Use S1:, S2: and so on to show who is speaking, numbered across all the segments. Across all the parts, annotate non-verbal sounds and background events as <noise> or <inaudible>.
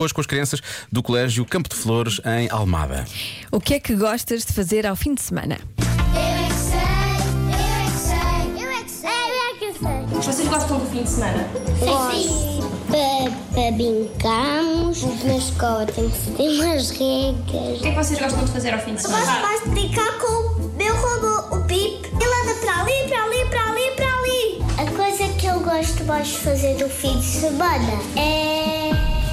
S1: Hoje com as crianças do Colégio Campo de Flores em Almada.
S2: O que é que gostas de fazer ao fim de semana?
S3: Eu é que sei, eu é que sei, eu é que sei, eu é que sei.
S4: Vocês gostam do fim de semana?
S3: Nós para brincarmos, na escola tem que se ter umas
S4: O
S3: regras.
S4: que é que vocês gostam de fazer ao fim de
S3: Eu
S4: semana?
S3: gosto mais de brincar com o meu robô, o Pip. Ele anda para ali, para ali, para ali, para ali. A coisa que eu gosto mais de fazer no fim de semana é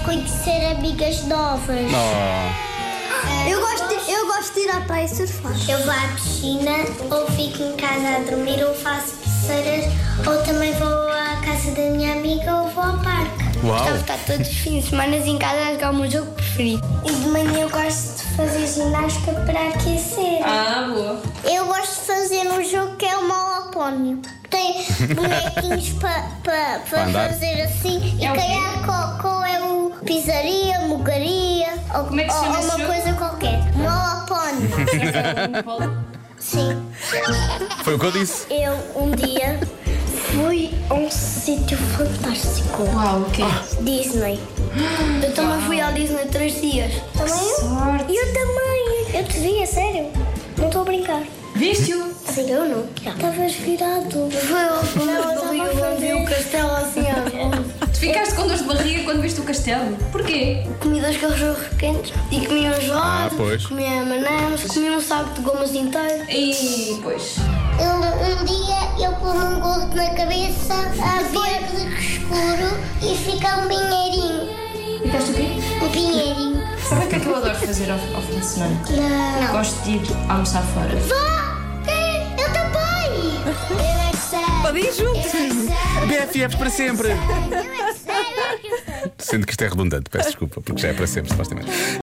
S3: conhecer amigas novas. Ah, Eu gosto, de, eu gosto de ir à praia surfar. Eu vou à piscina, ou fico em casa a dormir, ou faço pulseiras, ou também vou à casa da minha amiga, ou vou ao parque.
S1: Uau.
S3: Gostava de estar todos os fins de semana em casa a jogar o meu jogo preferido. E de manhã eu gosto de fazer ginástica para aquecer.
S4: Ah, boa.
S3: Eu gosto de fazer um jogo que é o monopólio. Tem bonequinhos
S1: <laughs>
S3: para pa,
S1: Para andar.
S3: fazer assim
S4: É o
S3: e
S4: quê?
S3: calhar qual, qual é o pisaria, mugaria ou,
S4: Como é que se
S3: ou-
S4: chama
S3: ou
S4: esse
S3: uma
S4: jogo?
S3: coisa qualquer.
S4: <laughs>
S3: Monopólio. Sim.
S1: Foi o que eu disse.
S3: Eu um dia fui a um sítio fantástico.
S4: Uau, o quê? <gasps>
S3: Disney. Eu também fui ao Disney três dias. Também eu?
S4: Sorte.
S3: Eu também. Eu te vi, é sério. Não estou a brincar.
S4: Viste-o?
S3: Sim, eu não. Estavas virado. Foi não, eu estava vi o castelo assim.
S4: Tu ficaste com dor de barriga quando viste o castelo? Porquê?
S3: comi dois cachorros quentes e comi uns
S1: Ah, pois.
S3: jogos, comi M&M's, comi um saco de gomas inteiro.
S4: E pois.
S3: Eu, um dia eu pus um gordo na cabeça, a verde escuro e fica um pinheirinho.
S4: Ficaste o quê?
S3: Um pinheirinho.
S4: Sabe o que é que eu adoro fazer ao, ao fim de semana?
S3: Não.
S4: Gosto de ir almoçar fora.
S3: Vá! é, Eu também! <laughs> Eu é que sei!
S2: Podem ir juntos.
S3: É
S1: BFFs para sempre.
S3: Eu é que sei! Eu é que sei!
S1: Sendo que isto é redundante, peço desculpa, porque já é para sempre, supostamente.